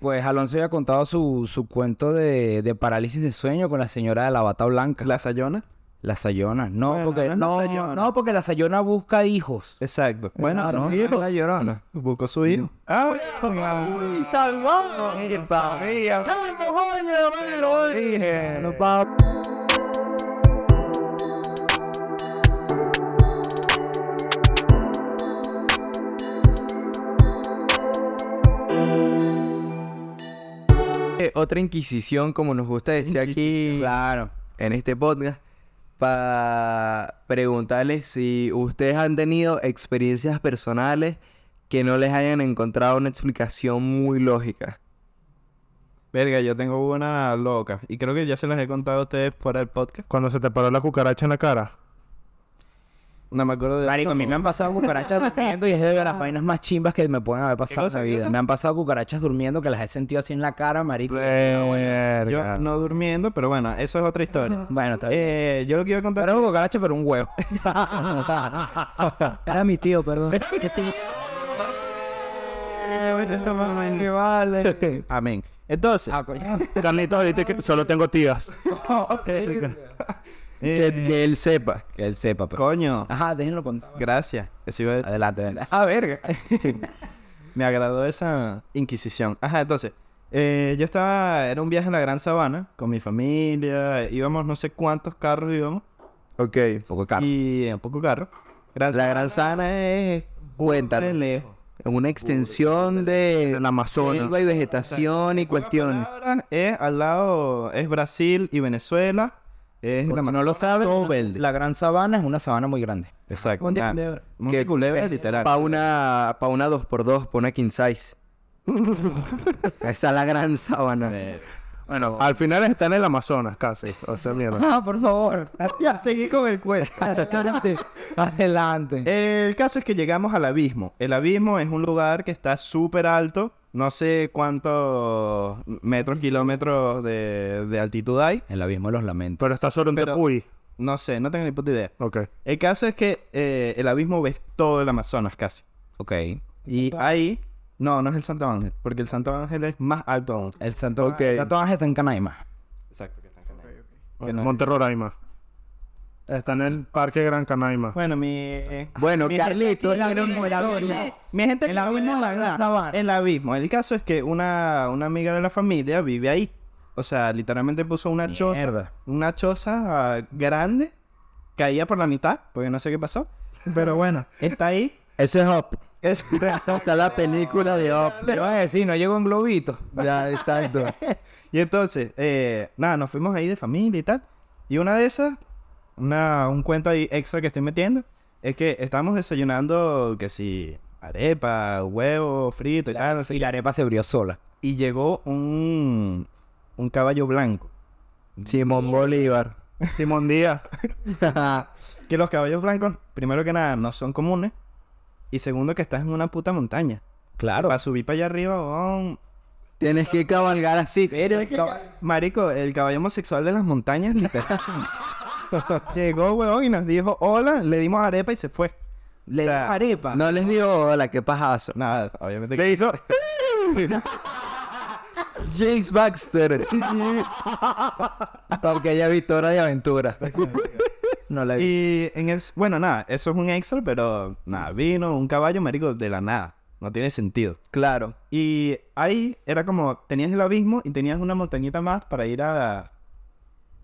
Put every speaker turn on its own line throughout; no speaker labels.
pues Alonso ya ha contado su, su cuento de, de parálisis de sueño con la señora de la bata blanca.
La Sayona.
La Sayona. No,
Bueno,
porque,
no
no,
es la Sayona.
no, porque la Sayona busca hijos.
Exacto. Bueno,
Ah, no,
su
es
hijo.
la llorona.
Buscó su hijo. Ah, bueno.
Eh, Otra inquisición, como nos gusta decir aquí
Claro.
en este podcast, para preguntarles si ustedes han tenido experiencias personales que no les hayan encontrado una explicación muy lógica.
Verga, yo tengo una loca. Y creo que ya se las he contado a ustedes fuera del podcast.
Cuando se te paró la cucaracha en la cara.
No me acuerdo de
Marico, a mí me han pasado cucarachas durmiendo y es de las vainas más chimbas que me pueden haber pasado en
cosa,
la
qué
vida.
cosa?
Me han pasado cucarachas durmiendo que las he sentido así en la cara, marico.
Verga.
Yo no durmiendo, pero bueno, eso es otra historia.
Bueno, está bien.
Eh, yo lo que iba a contar.
Pero es un cucaracha, pero un huevo.
Era mi tío, perdón.
Eh,
Amén. Entonces,
Ah,
Carlitos, ahorita que solo tengo tías.
eh,
Que, que él sepa.
que él sepa, pero.
coño,
Ajá, déjenlo contar.
gracias. Eso iba a decir.
Adelante, adelante. Ah, verga.
Me agradó esa inquisición. Ajá, entonces, eh, yo estaba, era un viaje en la Gran Sabana con mi familia, íbamos no sé cuántos carros íbamos
Ok.
Poco caro.
y en poco carro. Gran
La gran sana es,
Sabana es
cuéntale,
lejos.
una extensión de
la Amazonas.
selva y vegetación y cuestiones.
Palabra es al lado es Brasil y Venezuela. Es
Por
la
si
ma-
no lo sabes, la gran sabana es una sabana muy grande.
Exacto.
Monte
Ah,
Culebra.
Monte
Que-
Culebra, literal.
Para una, pa una 2x2, para una king size. Ahí está la gran sábana.
Eh,
Bueno, Oh. al final está en el Amazonas casi. O sea, mierda.
Ah, por favor.
ya, seguí con el cuento. Adelante.
Adelante.
El caso es que llegamos al abismo. El abismo es un lugar que está súper alto. No sé cuántos metros, kilómetros de, de altitud hay.
El abismo de los lamentos.
Pero está solo en
Pero-
Tepuy.
No sé, no tengo ni puta idea.
Ok.
El caso es que eh, el abismo ves todo el Amazonas casi.
Ok.
Y ahí... No, no es el Santo Ángel, porque el Santo Ángel es más alto aún.
El Santo,
Ok.
el Santo Ángel está en Canaima.
Exacto, que está en Canadá.
Bueno, Monte Roraima. Está en el Parque Gran Canaima.
Bueno, mi...
Bueno, Carlitos,
El abismo, el abismo.
Mi gente
El
que
abismo
vive
de la
en
Gran Sabana.
El abismo. El caso es que una, una amiga de la familia vive ahí. O sea, literalmente puso una choza.
Mierda.
Una choza ah, grande. Caía por la mitad, porque no sé qué pasó.
Pero bueno.
Está ahí.
eso es Up. Esa es la película de Up.
Le vas a decir, no llegó un globito.
Ya, exacto.
Y entonces, eh, nada, nos fuimos ahí de familia y tal. Y una de esas, una, un cuento ahí extra que estoy metiendo, es que estábamos desayunando, que si arepa, huevo frito y tal, no sé
Y
qué.
la arepa se abrió sola.
Y llegó un, un caballo blanco.
Simón Bolívar.
Simón Díaz.
Que los caballos blancos, primero que nada, no son comunes. Y segundo, que estás en una puta montaña.
Claro.
Para subir para allá arriba, weón.
Tienes que cabalgar así.
Cab- Marico, el caballo homosexual de las montañas. literal. Llegó, weón, y nos dijo hola, le dimos arepa y se fue.
Le-
sea,
Arepa.
no les digo hola, qué pajazo.
Nada, obviamente.
Le hizo.
James Baxter. Porque ella es Victoria de Aventura.
No la
Y en es, bueno, nada, eso es un extra, pero nada, vino un caballo, marico, de la nada. No tiene sentido.
Claro.
Y ahí era como, tenías el abismo y tenías una montañita más para ir a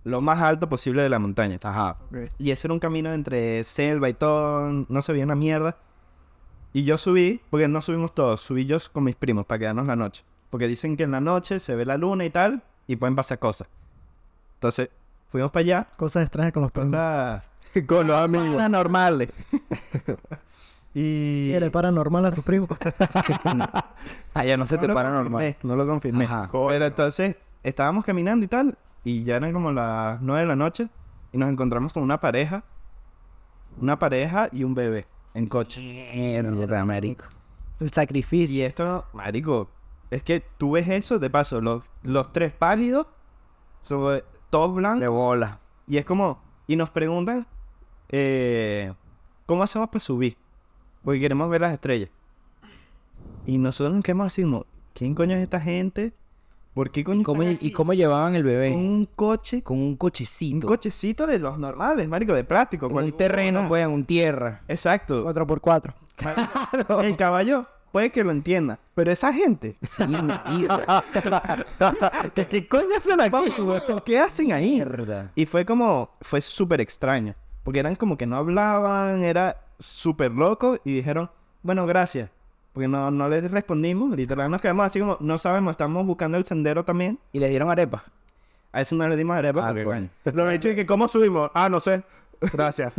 lo más alto posible de la montaña.
Ajá.
Y ese era un camino entre selva y todo, no se veía una mierda. Y yo subí, porque no subimos todos, subí yo con mis primos para quedarnos la noche. Porque dicen que en la noche se ve la luna y tal, y pueden pasar cosas. Entonces, fuimos para allá,
Cosas extrañas con los perros.
cosas
Con los amigos.
normales. y...
¿Eres paranormal a tus primos?
Allá Ah, no se te
lo
para normal.
eh,
confirmé, no lo confirmé.
Ajá.
Pero entonces estábamos caminando y tal, y ya eran como las 9 de la noche, y nos encontramos con una pareja, una pareja y un bebé en coche.
Mierda, marico.
El sacrificio.
Y esto, marico, es que tú ves eso, de paso, los, los tres pálidos, sobre, todos
De
blancos,
bola.
y es como, y nos preguntan, eh, ¿cómo hacemos para subir? Porque queremos ver las estrellas. Y nosotros nos quedamos así, como, ¿quién coño es esta gente? ¿Por qué coño
¿Y cómo,
están
y
aquí?
cómo llevaban el
Con
bebé?
un coche,
Con un
un
cochecito.
cochecito de los normales, marico, de plástico.
En
cual-
un terreno,
Ah,
pues, en un tierra.
Exacto.
4x4.
Marico, El caballo puede que lo entienda, pero esa gente,
Sí, mierda.
¿qué, qué coño hacen aquí? ¿Qué hacen ahí?
mierda.
Y fue como, fue súper extraño. Porque eran como que no hablaban, era súper loco. Y dijeron, bueno, gracias. Porque no, no les respondimos. Literal nos quedamos así como, no sabemos, estamos buscando el sendero también.
Y les dieron arepa.
A eso no le dimos arepa.
Ah,
porque,
coño.
Lo he dicho y que cómo subimos. Ah, no sé. Gracias.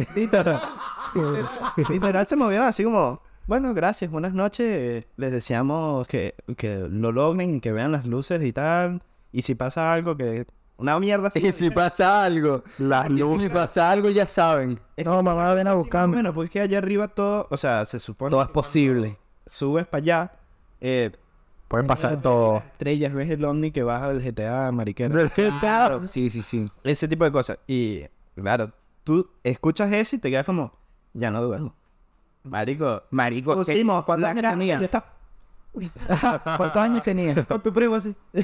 bueno, literal se movieron así como, bueno, gracias, buenas noches. Les deseamos que, que lo logren, que vean las luces y tal. Y si pasa algo, que una mierda
pues.
así.
Y si pasa algo,
Las
y si
luces.
pasa algo ya saben.
No, mamá, ven a buscarme.
Bueno, porque allá arriba todo, o sea, se supone
Todo es
que
posible.
subes para allá. Eh,
Pueden pasar todo.
estrellas, ves el ovni que baja del GTA, mariquera.
Del GTA.
Sí, sí, sí.
Ese tipo de cosas. Y claro, tú escuchas eso y te quedas como, ya no duermo. Marico,
Marico, que-
pusimos
¿cuántos
la
años
cara
tenía?
y ya está.
¿Cuántos años tenía?
Con tu primo así.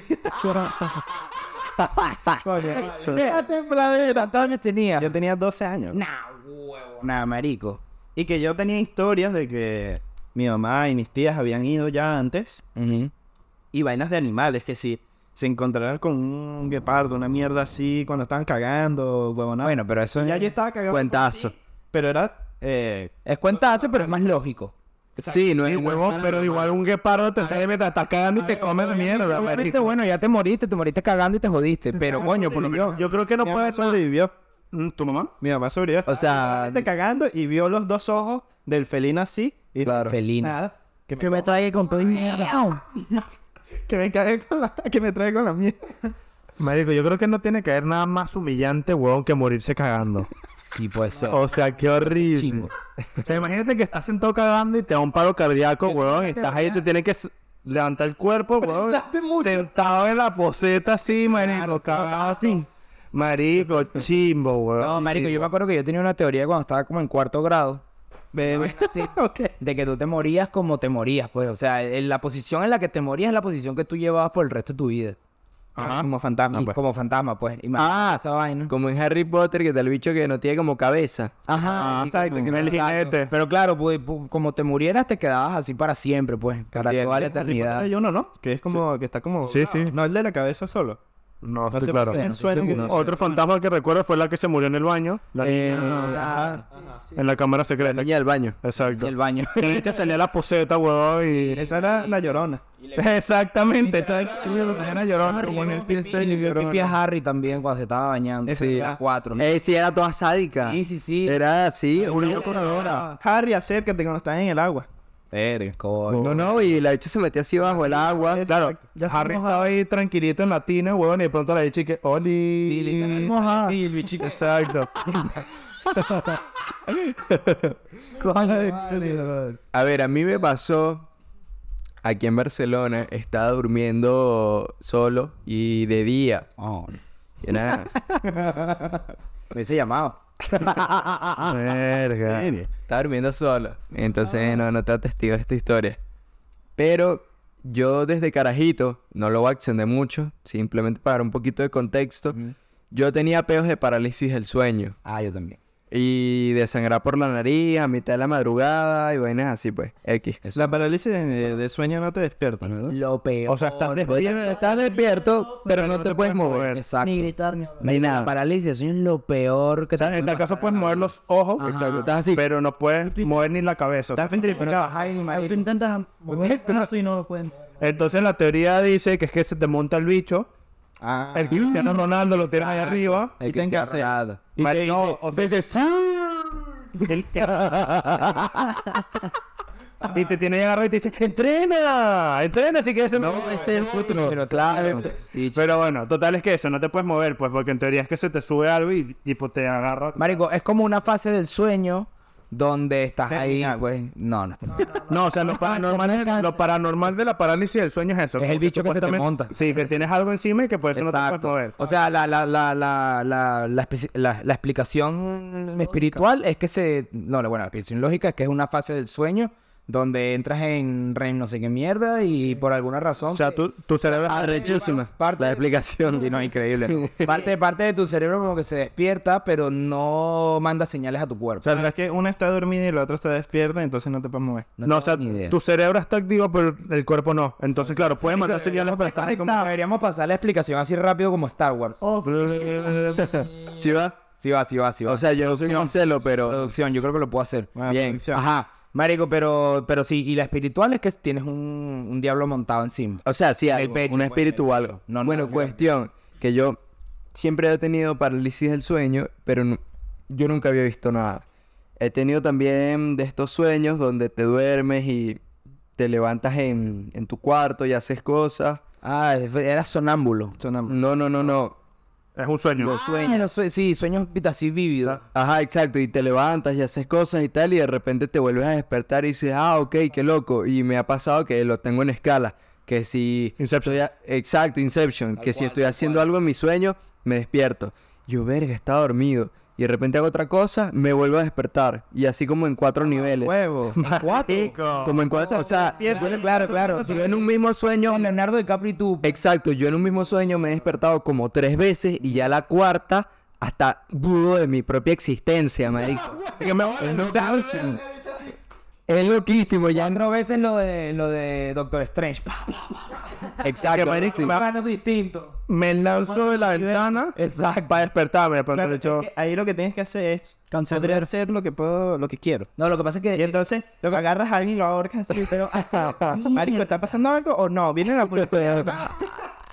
¿Cuántos años tenía?
Yo tenía 12 años.
Nah, huevo. Nah, marico.
Y que yo tenía historias de que mi mamá y mis tías habían ido ya antes.
Ujú.
Y vainas de animales, que si se encontraron con un guepardo, una mierda así, cuando estaban cagando, huevona.
Bueno, pero eso
ya
es,
yo estaba cagando.
Cuentazo.
Pero era... Eh,
es cuentazo, pero es más lógico.
Sí, no es
Huevo, pero igual un guepardo te sale mientras estás cagando y te comes de mierda,
Obviamente,
marico.
bueno, ya te moriste, te moriste cagando y te jodiste. Pero, coño, por lo menos.
Yo creo que no
mi
puede
mamá
ser. Mm,
sobrevivió.
¿Tu mamá?
Mi mamá sobrevivió.
O sea,
Estaba cagando y vio los dos ojos del felino así. Y
Claro.
Felina.
Nada. Que me,
Que me trae con todo y mierda.
que me cague con la... Que me trae con la mierda.
Marico, yo creo que no tiene que haber nada más humillante, huevón, que morirse cagando.
Sí, pues, oh, puede ser.
O sea, qué horrible.
Chingo.
O sea, imagínate que estás sentado cagando y te da un paro cardíaco, weón. Y estás ahí, te tienen que s- levantar el cuerpo, weón. Sentado en la poseta así, marico, cagado así. Marico, chimbo, weón.
No, marico, yo me acuerdo que yo tenía una teoría cuando estaba como en cuarto grado.
Bebé.
Sí.
ok.
De que tú te morías como te morías, pues. O sea, en la posición en la que te morías es la posición que tú llevabas por el resto de tu vida.
Ajá.
Como fantasma,
Y
pues.
Como fantasma, pues. Imagínate
Ah,
esa vaina.
Como en Harry Potter, que está el bicho que no tiene como cabeza.
Ajá.
Ah,
y
exacto,
como-
que no es el
exacto.
jinete.
Pero claro, pues, pu- como te murieras, te quedabas así para siempre, pues. Para
Entiendo.
toda la
Harry Potter
eternidad.
Hay uno, ¿no? Que es como... Que está como...
Sí, sí.
No, el de la cabeza solo.
No,
No
estoy
sé,
claro.
sé, no estoy
Suena que-
seguro.
Otro fantasma que recuerdo fue la que se murió en el baño. La
Eh,
niña en la cámara secreta.
niña del baño.
ah, Y
Exacto.
el baño.
Que le echa salía la poseta, weón, y...
Esa era la llorona.
Exactamente, exacto. Era
Ah,
llorona, como en el pincel.
Y vio pipí a Harry también cuando se estaba bañando.
Esa
Sí,
era-
las cuatro.
Eh, sí, era toda sádica.
Sí, sí, sí.
Era así.
Una curadora.
Harry, acércate cuando estás en el agua. Verga.
Coño.
Oh.
No, no, y la bicha se metía así bajo el agua.
Claro, Harry estaba ahí tranquilito en la tina, huevón, y de pronto la bicha y que, ¡Oli!
Sí, literal,
Ajá.
sale así, el bichico.
Exacto.
A ver, a mí me pasó aquí en Barcelona, estaba durmiendo solo y de día.
Oh,
Y nada,
me hubiese llamado.
Verga.
estaba durmiendo solo.
Ah.
Entonces, no, no te atestigo de esta historia. Pero yo desde carajito, no lo accioné mucho, simplemente para dar un poquito de contexto, yo tenía peos de parálisis del sueño.
Ah, yo también.
Y de sangrar por la nariz a mitad de la madrugada y vainas así, pues, X.
La parálisis de, de sueño no te despierta, ¿verdad?
Lo peor.
O sea, estás
Oye,
despierto,
Estás despierto, pero no te puedes mover.
Exacto.
Ni gritar, ni
Ni
La
nada.
parálisis de sueño es lo peor que
O sea, en
puede
tal caso pues,
pasar.
puedes mover los ojos,
Exacto, estás así.
pero no puedes mover ni la cabeza.
Estás pues, petrificado.
Tú intentas mover el brazo y no lo pueden.
Entonces la teoría dice que es que se te monta el bicho,
Ah.
el Cristiano Ronaldo lo tienes ahí arriba,
El
Y te
Cristiano
encarcela.
Ronaldo.
y te dice, o sea, el- y te tiene ahí agarrado y te dice, ¡entrena! ¡Entrena si quieres! No,
ese es otro.
Pero claro. eh,
Sí,
Pero bueno, total es que eso, no te puedes mover, pues, porque en teoría es que se te sube algo y tipo te agarra.
Marico, es como una fase del sueño donde estás ahí,
Terminal.
pues. No, no está.
No, o sea, lo paranormal, lo paranormal de la parálisis del sueño es eso.
Ah, Es el
como que
bicho que se te
supuestamente-
monta.
Sí, que tienes algo encima y que por eso no te
Exacto.
puedes mover.
o sea, la, la, la, la, la, la, especi- la- la explicación espiritual es que se. No, la, bueno, la explicación lógica es que es una fase del sueño donde entras en rem no sé qué mierda y por alguna razón
O sea,
te-
tú, tu cerebro es arrechísima.
parte,
ah, La explicación. no, increíble.
parte, parte de tu cerebro como que se despierta, pero no manda señales a tu
O
cuerpo.
sea, es que una está dormida y la otra está despierta, entonces no te puedes mover.
No,
tengo
o sea,
ni idea.
tu cerebro está activo, pero el cuerpo no. Entonces, claro, puede mandar señales para estar
Deberíamos pasar la explicación así rápido como Star Wars. Oh.
¿Sí va?
Sí va, sí va, sí va.
O sea, yo no soy un celo, pero...
producción, yo creo que lo puedo hacer.
Bueno,
Bien.
producción.
Ajá. Marico, pero, pero sí, y la espiritual es que tienes un, un diablo montado encima.
O sea, sí, algo,
pecho,
un
pues,
espíritu o algo.
No, no,
bueno,
no.
cuestión, que yo siempre he tenido parálisis del sueño, pero nu- yo nunca había visto nada. He tenido también de estos sueños donde te duermes y te levantas en, en tu cuarto y haces cosas.
Ah, era sonámbulo.
Sonamos.
No, no, no, no.
Ah, Es un sueño.
Los sueños.
Ah, los sue- sí, sueños así vívidos.
Ajá, exacto, y te levantas y haces cosas y tal, y de repente te vuelves a despertar y dices, ah, ok, qué loco. Y me ha pasado que lo tengo en escala, que si...
Inception.
estoy a- exacto, Inception, que si
cual,
estoy
tal
haciendo
cual.
algo en mi sueño, me despierto. Yo, verga, estaba dormido. Y de repente hago otra cosa, me vuelvo a despertar. Y así como en
Ah,
cuatro niveles.
Huevo.
Como en cuatro, o sea,
Claro, claro, claro.
yo en un mismo sueño...
Leonardo DiCaprio y tú.
Exacto, yo en un mismo sueño me he despertado como tres veces y ya la cuarta hasta dudo de mi propia existencia, marico. es loquísimo. Es loquísimo, ya no.
Cuatro veces lo de, lo de Doctor Strange. Pa, pa,
Exacto. sí.
planos distintos.
Me lanzo de la ventana
Exacto.
para despertarme. Pero
Claro,
de hecho,
es que ahí lo que tienes que hacer es
Cancelar.
poder hacer lo que puedo, lo que quiero.
No, lo que pasa es
Y
que.
entonces lo agarras a alguien y lo ahorcas así, pero así, marico, ¿está pasando algo o no? Viene la policía.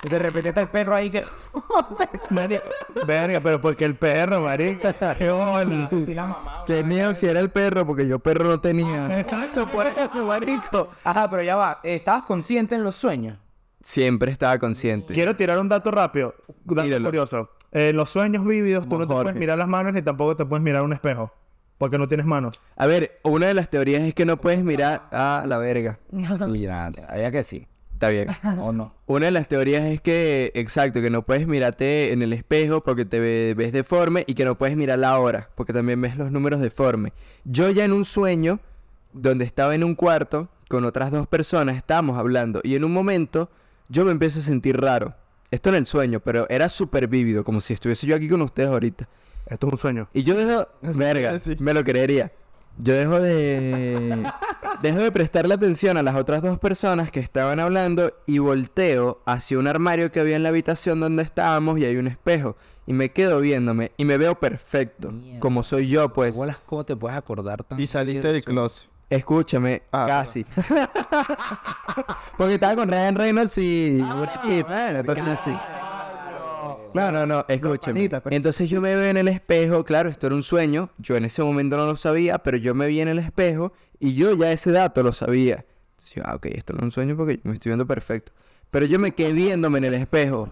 De repente está el perro ahí que.
verga, pero porque el perro, marico. Qué
Ah,
hola.
Qué miedo si era el perro, porque yo perro no tenía.
Exacto, por eso, marico.
Ajá, pero ya va. eh, ¿Estabas consciente en los sueños?
Siempre estaba consciente.
Quiero tirar un dato rápido. Un dato
Tíralo.
curioso. En los sueños vívidos, tú no te puedes
Jorge.
mirar las manos ni tampoco te puedes mirar un espejo. Porque no tienes manos.
A ver, una de las teorías es que no puedes mirar a la verga.
Mira, había que sí.
Está bien.
¿O no?
Una de las teorías es que, exacto, que no puedes mirarte en el espejo porque te ve- ves deforme y que no puedes mirar la hora porque también ves los números deforme. Yo ya en un sueño, donde estaba en un cuarto con otras dos personas, estábamos hablando y en un momento yo me empiezo a sentir raro. Esto en el sueño, pero era súper vívido, como si estuviese yo aquí con ustedes ahorita.
Esto es un sueño.
Y yo dejo. Verga,
sí.
me lo creería. Yo dejo de. dejo de prestarle atención a las otras dos personas que estaban hablando y volteo hacia un armario que había en la habitación donde estábamos y hay un espejo. Y me quedo viéndome y me veo perfecto.
Mierda.
Como soy yo, pues.
Bolas, ¿cómo te puedes acordar tan
Y saliste del closet.
Escúchame,
Ah,
casi. Porque estaba con Ryan Reynolds y
Ah,
Brad Pitt. Casi. No, no, no, escúchame.
panita, pues.
Entonces yo me veo en el espejo, claro, esto era un sueño, yo en ese momento no lo sabía, pero yo me vi en el espejo y yo ya ese dato lo sabía. Entonces yo, ah, ok, esto no es un sueño porque yo me estoy viendo perfecto. Pero yo me quedé viéndome en el espejo.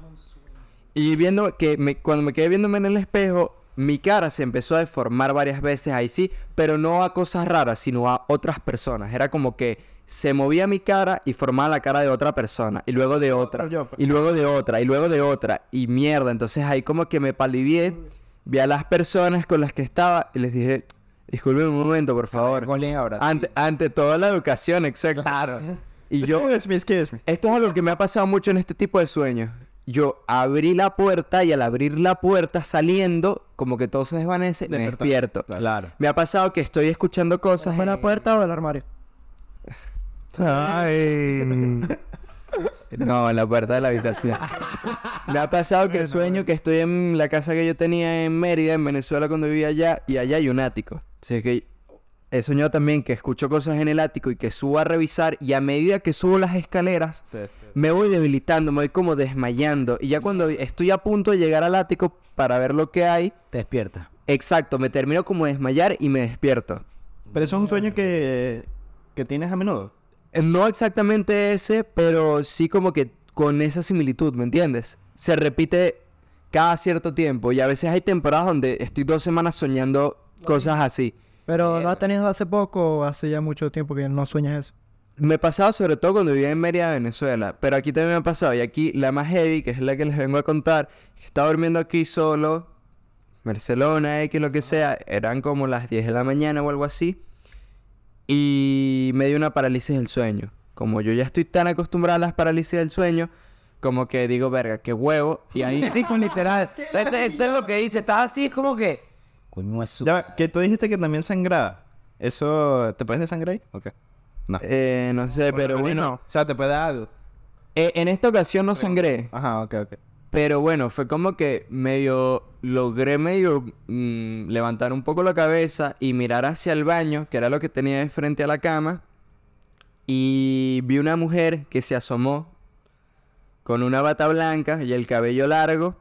Y viendo que me- cuando me quedé viéndome en el espejo, mi cara se empezó a deformar varias veces ahí sí, pero no a cosas raras, sino a otras personas. Era como que se movía mi cara y formaba la cara de otra persona, y luego de otra,
Yo, pero-
y luego de otra, y luego de otra, y mierda. Entonces ahí como que me palideé, vi a las personas con las que estaba y les dije, disculpen un momento, por favor.
Golden ahora?
Ante, ante toda la educación, exacto. Claro. Y yo
Excuse me, excuse me.
esto es algo que me ha pasado mucho en este tipo de sueños. Yo abrí la puerta y al abrir la puerta saliendo, como que todo se desvanece, me despierto.
Claro.
Me ha pasado que estoy escuchando cosas
¿Fue
en
la puerta o el armario?
Ay.
No, en la puerta de la habitación. Me ha pasado que sueño que estoy en la casa que yo tenía en Mérida, en Venezuela, cuando vivía allá, y allá hay un ático. Así que he soñado también que escucho cosas en el ático y que subo a revisar, y a medida que subo las escaleras, me voy debilitando, me voy como desmayando. Y ya cuando estoy a punto de llegar al ático para ver lo que hay,
Te despierta.
exacto, me termino como de desmayar y me despierto.
Pero eso es un sueño que, que tienes a menudo.
Eh, No exactamente ese, pero sí como que con esa similitud, ¿me entiendes? Se repite cada cierto tiempo y a veces hay temporadas donde estoy dos semanas soñando cosas así.
Pero lo has tenido hace poco o hace ya mucho tiempo que no sueñas eso.
Me ha pasado sobre todo cuando vivía en Mérida, Venezuela, pero aquí también me ha pasado y aquí la más heavy, que es la que les vengo a contar, estaba durmiendo aquí solo, Barcelona, X, lo que sea, eran como las 10 de la mañana o algo así. y me dio una parálisis del sueño. Como yo ya estoy tan acostumbrado a las parálisis del sueño, como que digo, verga, qué huevo. Y ahí,
literal. Eso, eso es lo que dice. Estás así, es como que. Coño, es su-
Ya, va, que tú dijiste que también sangraba. ¿Eso te puedes desangrar ahí? Ok. No.
eh, no sé, pero bueno.
O sea, te puede dar algo.
Eh, en esta ocasión no sangré.
Ajá, ok, ok.
Pero bueno, fue como que medio logré medio mm, levantar un poco la cabeza y mirar hacia el baño, que era lo que tenía de frente a la cama, y vi una mujer que se asomó con una bata blanca y el cabello largo,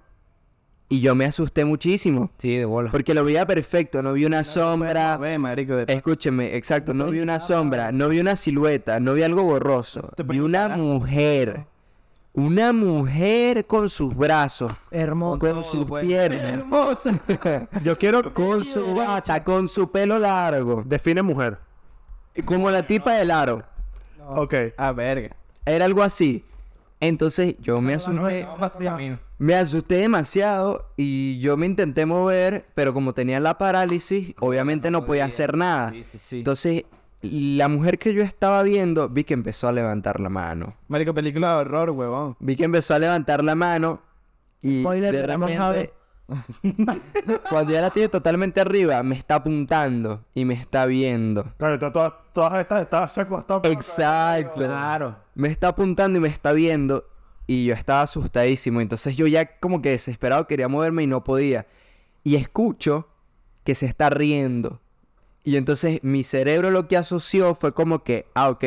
y yo me asusté muchísimo,
Sí, de bola.
porque lo veía perfecto, no vi una sombra,
Ve, marico, de...
escúcheme, exacto, no vi una sombra, no vi una silueta, no vi algo borroso, vi una mujer, una mujer con sus brazos
Hermoso.
con sus piernas.
Hermosa.
Yo quiero
Con su bacha, con su pelo largo.
Define mujer.
Como la tipa del aro.
Ok.
Ah, verga.
Era algo así. Entonces yo me asusté. Me asusté demasiado y yo me intenté mover, pero como tenía la parálisis, obviamente no podía hacer nada.
Sí, sí, sí.
Entonces, la mujer que yo estaba viendo, vi que empezó a levantar la mano.
Marico, película de horror, huevón.
Vi que empezó a levantar la mano y
Spoiler,
de
tenemos a
repente... Cuando ya la tiene totalmente arriba, me está apuntando y me está viendo.
Claro, tú- todas, todas estas estabas acostado. con la
Exacto.
Claro.
Me está apuntando y me está viendo. Y yo estaba asustadísimo. Entonces yo ya como que desesperado quería moverme y no podía. Y escucho que se está riendo. Y entonces mi cerebro lo que asoció fue como que, ah, ok,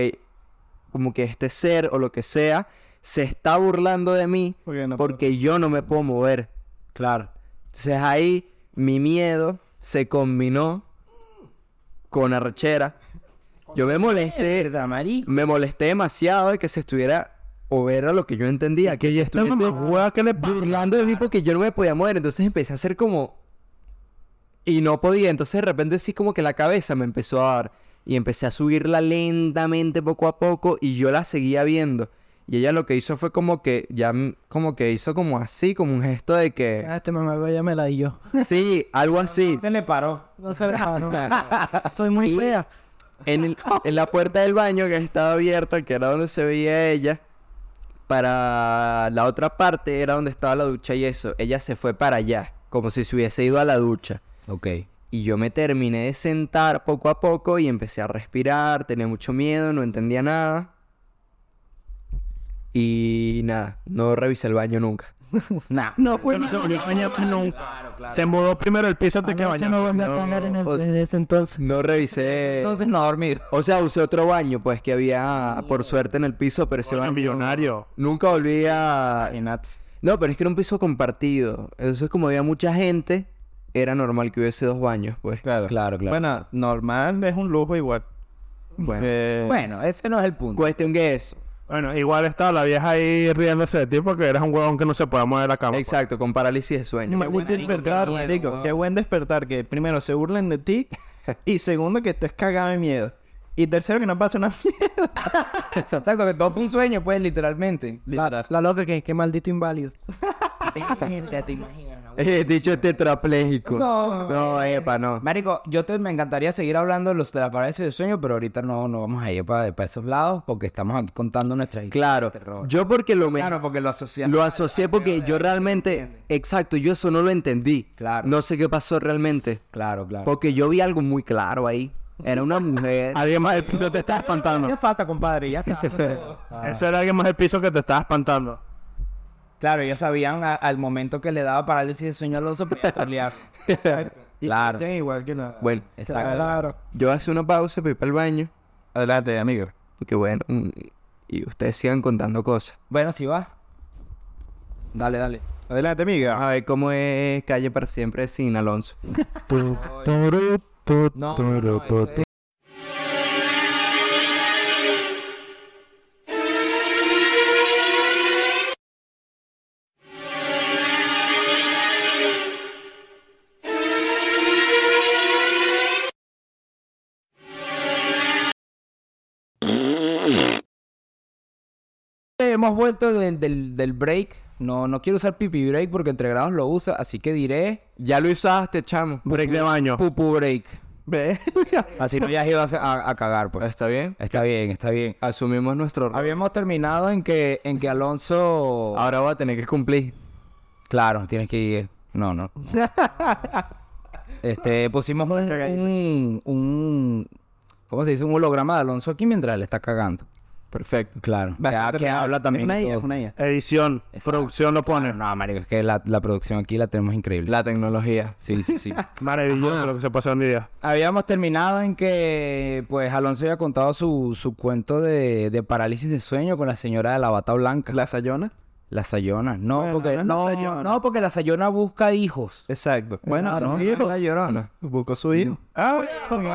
como que este ser o lo que sea se está burlando de mí
Porque no puedo-
porque yo no me puedo mover.
Claro.
Entonces ahí mi miedo se combinó con arrechera. Yo me molesté.
Verdad, marico.
Me molesté demasiado de que se estuviera o era lo que yo entendía, que ella
Esta
estuviese
mamá que le
burlando de mí porque yo no me podía mover, entonces empecé a hacer como y no podía, entonces de repente sí como que la cabeza me empezó a dar y empecé a subirla lentamente poco a poco y yo la seguía viendo. Y ella lo que hizo fue como que ya m- como que hizo como así, como un gesto de que
Ah, este mamá ya me la di yo.
sí, algo así.
Se le paró.
No se la no. Soy muy fea.
en, el- en la puerta del baño que estaba abierta, que era donde se veía ella, para la otra parte era donde estaba la ducha y eso. Ella se fue para allá, como si se hubiese ido a la ducha.
Ok.
Y yo me terminé de sentar poco a poco y empecé a respirar, tenía mucho miedo, no entendía nada. Y nada, no revisé el baño nunca.
Nah.
No,
Eh,
pues.
No se volvió a bañar más nunca.
Claro, claro.
Se mudó primero el piso antes que
no,
bañarse.
no volví a cagar
Ah,
en el,
O-
desde ese entonces.
No revisé...
Entonces no ha dormido.
O sea, usé otro baño, pues, que había, por suerte, en el piso, pero ese
Era
baño...
millonario.
Nunca volví a...
Imagínate.
No, pero es que era un piso compartido. Entonces, como había mucha gente, era normal que hubiese dos baños, pues.
Claro.
Claro, claro.
Bueno, normal es un lujo igual.
Bueno.
Eh,
Bueno, ese no es el punto.
Cuestión que es.
Bueno, igual estaba la vieja ahí riéndose de ti porque eres un huevón que no se puede mover de la cama. pues.
Exacto, con parálisis de sueño.
Qué buen despertar, marico. Qué buen despertar. Que primero se burlen de ti. Y segundo, que estés cagado de miedo. Y tercero, que no pase una mierda.
Exacto, que todo fue un sueño, pues, literalmente.
La, la loca que, que maldito inválido.
Verga, te imaginas, ¿no?
He dicho tetrapléjico. No. No, epa, no.
Marico, yo te, me encantaría seguir hablando de los de la parálisis del sueño, pero ahorita no, no vamos a ir para, esos lados porque estamos aquí contando nuestra historia.
Claro.
Terror.
Yo porque lo me...
Claro, porque lo asociamos.
Lo asocié porque yo realmente... Exacto, yo eso no lo entendí.
Claro.
No sé qué pasó realmente.
Claro, claro.
Porque yo vi algo muy claro ahí. Era una mujer.
Alguien más del piso te estaba espantando.
falta, compadre, ya está.
Ah.
Ese era alguien más del piso que te estaba espantando.
claro, ellos sabían a- al momento que le daba parálisis de sueño al oso, podía trolear.
Y
Claro.
estén igual que la...
Bueno,
Exacto.
yo hace una pausa, voy para el baño.
Adelante, amigo.
Porque bueno, mm, y ustedes sigan contando cosas.
Bueno, si va. Dale, dale.
Adelante, amiga.
A ver cómo es calle para siempre sin Alonso.
No, no, este, no, esto es- Eh, Hemos vuelto del, del, del break. No, no quiero usar pipi break porque entre grados lo usa, así que diré
Ya lo usaste, chamo.
Break de baño.
pupu break.
Ve.
Así no hayas ido a, a- a cagar, pues.
¿Está bien?
Está bien, está bien.
Asumimos nuestro rol. Ah.
Habíamos terminado en que, en que Alonso...
Ahora voy a tener que cumplir.
Claro, tienes que ir. No, no. este, pusimos un, un, un- ¿Cómo se dice? Un holograma de Alonso aquí mientras él está cagando.
Perfecto.
Claro. Que,
Bastante
que
raro.
habla también.
Es una
y
IA,
todo.
es una IA.
Edición,
Exacto.
producción lo pone.
No, marico, es que la, la producción aquí la tenemos increíble.
La tecnología.
Sí, sí, sí.
Maravilloso lo que se pasó en día.
Habíamos terminado en que, pues, Alonso había contado su, su cuento de, de parálisis de sueño con la señora de la bata blanca. La,
La Sayona.
Sayona. No,
Bueno,
porque,
no
no,
es la Sayona.
no, porque la Sayona busca hijos.
Exacto. Bueno,
Claro.
no,
La llorona.
buscó su hijo.
Ah, bueno.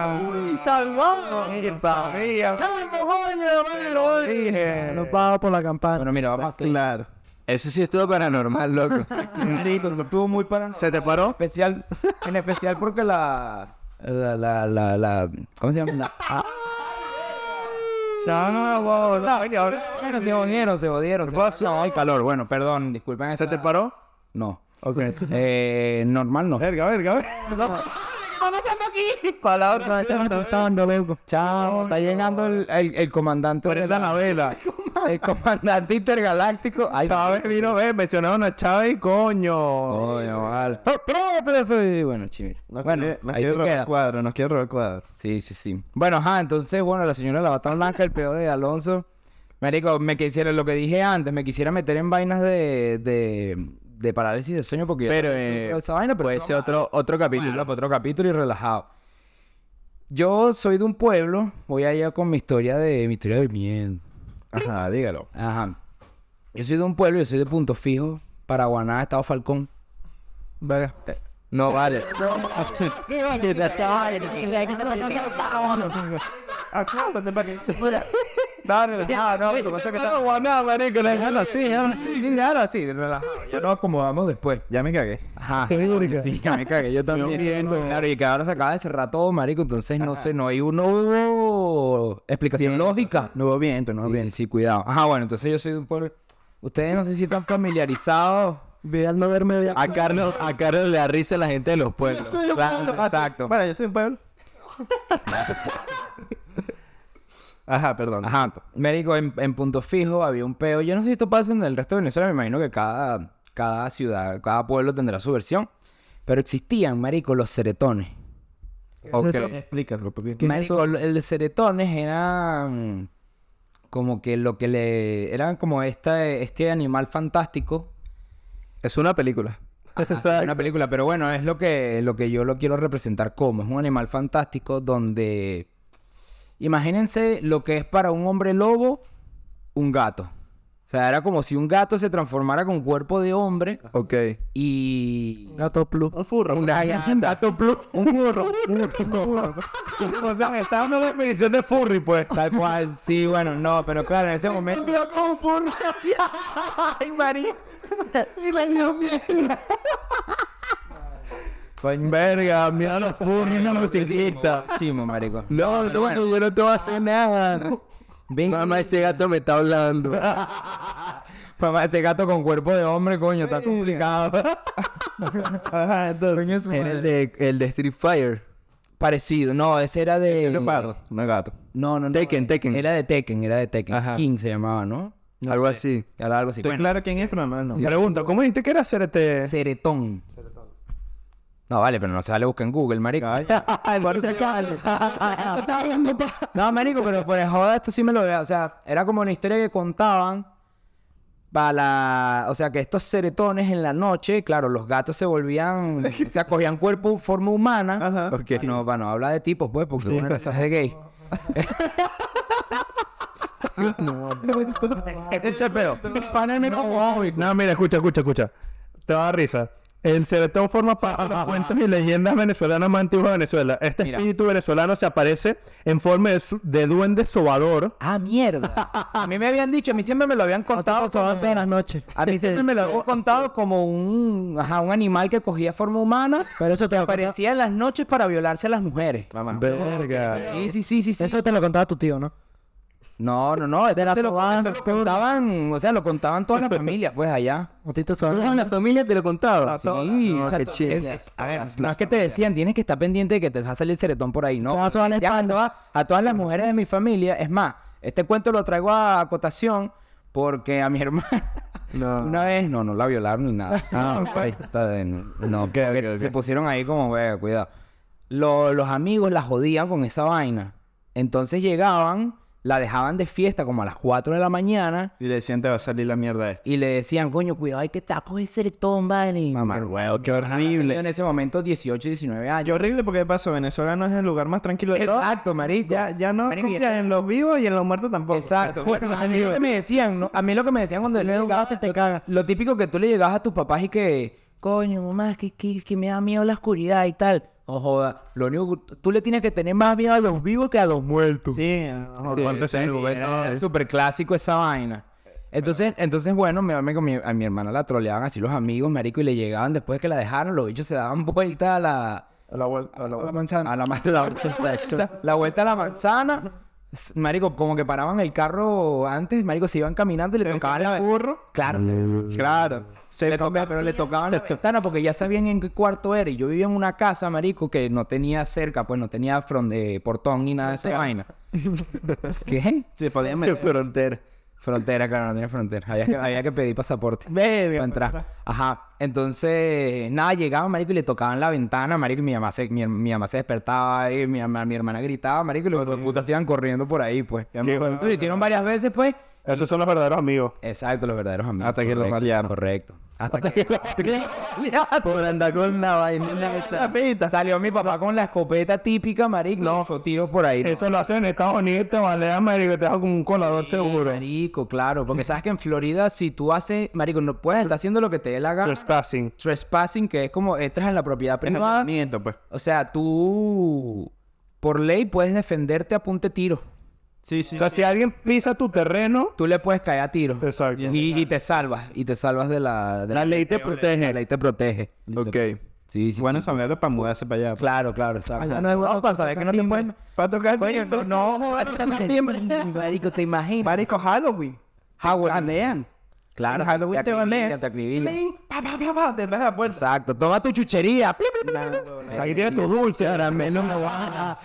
Nos va por la campana.
Bueno, mira, vamos a hacer-
Claro.
Eso sí estuvo paranormal, loco.
Marico, eso estuvo muy paranormal.
¿Se te paró?
especial, en especial porque la... La, la, la, la... ¿Cómo se llama? La- ah,
Chavo,
bueno, se jodieron, se jodieron. se- No, hay calor. Bueno, perdón, disculpen.
¿Se
esa-
te paró?
No.
Ok.
Eh, normal no.
Verga, verga, verga.
No, este me está gustando, loco.
Chao, está llegando el, el, el comandante. de
Prenda
la-
la vela.
El comandante intergaláctico. Ay,
Chávez vino, ve, mencionaron a Chávez, coño.
Coño, vale. ¡Atrápese! Bueno, chimir.
Nos
bueno,
quiere, nos
ahí
quiere
se
robar
queda.
el cuadro, nos quiere robar el cuadro.
Sí, sí, sí. Bueno, ajá, entonces, bueno, la señora de la bata blanca, el peor de Alonso. Marico, me quisiera, lo que dije antes, me quisiera meter en vainas de, de, de parálisis de sueño porque yo
Pero,
también
eh,
sufro esa vaina, pero
Puede
eso
ser
vamos a
otro, otro capítulo.
hablarlo para otro capítulo y relajado. Yo soy de un pueblo, voy allá con mi historia de, mi historia de miedo.
Ajá, dígalo.
Ajá. Yo soy de un pueblo, yo soy de Punto Fijo, Paraguaná, Estado Falcón.
Verga.
No vale.
No, relajado, Ah, no, lo que pasa es que está- Déjalo así, déjalo así, déjalo así, relajado. Ya nos acomodamos después.
Ya me cagué.
Ajá. Sí, ya me cagué yo también. Claro, y que ahora se acaba de cerrar todo, marico, entonces no sé, no hay una explicación lógica.
No hubo viento, no hubo
Sí,
viento.
sí, cuidado. Ajá, bueno, entonces yo soy de un pueblo... Ustedes no sé si están familiarizados...
Ve al no verme de
A Carlos, a Carlos le da risa la gente de los pueblos.
Claro, exacto.
Bueno, yo soy un pueblo. Ajá, perdón.
Ajá. Médico, en, en punto fijo había un peo. Yo no sé si esto pasa en el resto de Venezuela. Me imagino que cada, cada ciudad, cada pueblo tendrá su versión. Pero existían, marico, los seretones.
Ok.
Explícalo, porque...
Marico, lo- el de seretones era mm, como que lo que le... Eran como esta, este animal fantástico.
Es una película.
Ajá, sí, una película, pero bueno, es lo que, lo que yo lo quiero representar como. Es un animal fantástico donde... Imagínense lo que es para un hombre lobo un gato. O sea, era como si un gato se transformara con cuerpo de hombre
Ok.
y...
gato plus.
Un furro.
Una gato plus. Un burro.
O sea, me está dando la definición de furry, pues.
Tal cual. Sí, bueno, no, pero claro, en ese momento... ¡Ay, marico! Coño,
Verga, mira los furries, la musiquita.
chimo, marico.
No, no, yo no te voy a hacer nada.
Ven,
Mamá, ese gato me está hablando.
Mamá, ese gato con cuerpo de hombre, coño, está complicado.
Ajá, entonces.
Coño, su
Era
madre.
el de, el de Street Fire.
Parecido, no, ese era de.
Un leopardo, no gato.
No, no, no.
Tekken, Tekken.
Era de Tekken, era de Tekken.
Ajá.
King se llamaba, ¿no?
Algo así.
Era algo así.
Estoy
Bueno,
claro quién es, pero no el nombre.
Pregunta, ¿cómo dijiste que era hacer este?
Ceretón. No, vale, pero no se vale buscar en Google, marico. No, marico, pero por el joda esto sí me lo veo. O sea, era como una historia que contaban para la... O sea, que estos seretones en la noche, claro, los gatos se volvían... o sea, cogían cuerpo, forma humana.
Ajá.
Ok.
Ah, No, bueno, habla de tipos, pues, porque uno no es de gay.
Este pedo. No, mira, escucha, escucha, escucha. Te va a dar risa. El Ceretón forma parte de las cuentos y leyendas venezolanas más antiguas de Venezuela. Este
Mira.
espíritu venezolano se aparece en forma de, su- de duende sobador.
Ah, mierda. A mí me habían dicho, a mí siempre me lo habían contado.
Otro
como-
en las noches.
A mí siempre me lo habían contado como un, ajá, un animal que cogía forma humana,
Pero eso te lo contaba,
aparecía en las
Ah,
noches para violarse a las mujeres.
Mamá.
Verga.
Sí, sí, sí, sí, sí.
eso te lo contaba tu tío, ¿no?
No, no, no. esto
la
se lo,
Habana,
esto lo contaban, o sea, lo contaban toda la familia, pues allá.
Motito
Toda
Suárez.
la familia te lo contaba.
Sí, o sea,
qué
to-
chido.
es- es- A ver, no es que te decían, tienes que estar pendiente de que te va a salir el ceretón por ahí, ¿no?
Te va a sobar la
Decían a, todas, a todas las mujeres de mi familia, es más, este cuento lo traigo a acotación porque a mi hermana
Ah.
No.
una vez, no, no la violaron ni nada.
Ah, ok.
Está de- no,
Ok,
porque
ok, ok.
se pusieron ahí como, "Ve, cuidado. Lo- los amigos la jodían con esa vaina. Entonces llegaban, la dejaban de fiesta como a las 4 de la mañana
Y le decían, te va a salir la mierda esta.
y le decían, coño, cuidado, hay que tacos el ceretón, vale.
Mamá, huevo, qué
Yo en
horrible.
ese momento 18, 19 años.
Qué horrible porque, de paso, Venezuela no es el lugar más tranquilo de todo.
Exacto, marico.
Ya, ya no
Marico, y este
confías en los vivos y en los muertos tampoco.
Exacto. Bueno, a mí lo que me decían, ¿no? a mí lo que me decían cuando yo le llegaba,
te
lo-
cagas.
lo típico que tú le llegabas a tus papás y que, coño, mamá, es que, que, que me da miedo la oscuridad y tal. O joda, lo único que tú le tienes que tener más miedo a los vivos que a los muertos.
Sí, a lo mejor.
Sí, sí,
Era súper clásico esa vaina. Entonces, entonces bueno, mi, mamá con mi- a mi hermana la troleaban así los amigos, marico, y le llegaban después de que la dejaron, los bichos se daban vuelta a la...
La manzana.
A la, ma- la vuelta, la vuelta a la manzana. S- Marico, como que paraban el carro antes, marico, se iban caminando y le tocaban la burro. Claro, se- claro. Se le toca- pero le tocaban la ventana porque ya sabían en qué cuarto era. Y yo vivía en una casa, marico, que no tenía cerca, pues no tenía fron- eh, portón ni nada de esa vaina. ¿Qué?
Se podían meter.
Frontera.
Frontera, claro, no tenía frontera. Había que, había que pedir pasaporte para entrar. Ajá. Entonces, nada, llegaban, marico, y le tocaban la ventana, marico, y mi mamá se, mi, mi mamá se despertaba y mi, mamá- mi hermana gritaba, marico, y los hijos de putas iban corriendo por ahí, pues.
bueno.
Entonces, lo hicieron varias veces, pues.
Esos son los verdaderos amigos.
Exacto, los verdaderos amigos.
Hasta que los
correcto,
balearon.
Correcto. Hasta, que, Por andar con la vaina. Salió mi papá con la escopeta típica, marico. No, tiro por ahí.
Eso lo hacen en Estados Unidos, te malean, marico, te dejan como un colador seguro.
Eh, Marico, claro, porque sabes que en Florida si tú haces, marico, no puedes estar haciendo lo que te dé la gana.
Trespassing.
Trespassing, que es como entras en la propiedad privada.
Miento, pues.
O sea, tú por ley puedes defenderte a punta de tiro.
Sí, sí.
O sea, si alguien pisa tu terreno,
Tú le puedes caer a tiro.
exacto.
Y, y te salvas, y te salvas de la, de
La ley te
la
protege.
ley te protege.
Ok.
Sí, sí.
bueno
sí.
saberlo para mudarse para allá. pues.
Claro, claro, exacto.
Allá
no es bueno para saber que no te
timbre.
pueden.
Para tocar.
Coño, no, no, no, marico, te imaginas.
Marico, Halloween.
Howard.
Banean.
Claro,
En Halloween te
acribillan,
banean.
te acribillan.
Plin, Pa, pa, pa, pa, detrás de la puerta.
Exacto, toma tu chuchería. Plim, plim, plim.
Nah, huevón.
Aquí tienes tus dulces. Caramelo, me guarda.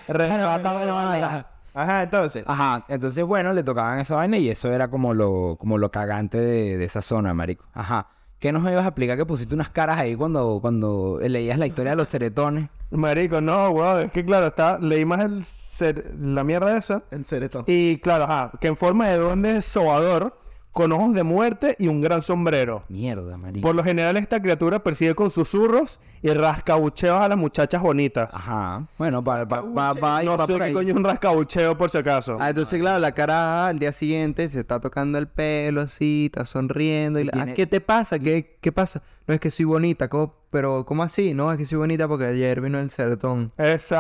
Ajá, entonces.
Ajá, entonces bueno, le tocaban esa vaina y eso era como lo, como lo cagante de, de esa zona, marico. Ajá. ¿Qué nos ibas a explicar que pusiste unas caras ahí cuando, cuando leías la historia de los ceretones?
Marico, no, weón. Es que claro, está, leí más el cer- la mierda esa.
El ceretón.
Y claro, ajá, que en forma de duende es sobador, con ojos de muerte y un gran sombrero.
Mierda, marico.
Por lo general, esta criatura persigue con susurros y rascabucheos a las muchachas bonitas.
Ajá. Bueno, para... Pa, pa- pa-
No
pa-
sé
por ahí.
qué coño es un rascabucheo, por si acaso.
Ah, entonces, claro, la cara al día siguiente se está tocando el pelo así, está sonriendo. Y la- ah,
tiene-
¿Qué te pasa? ¿Qué, ¿Qué pasa? No es que soy bonita, ¿cómo- pero ¿cómo así? No, es que soy bonita porque ayer vino el certón.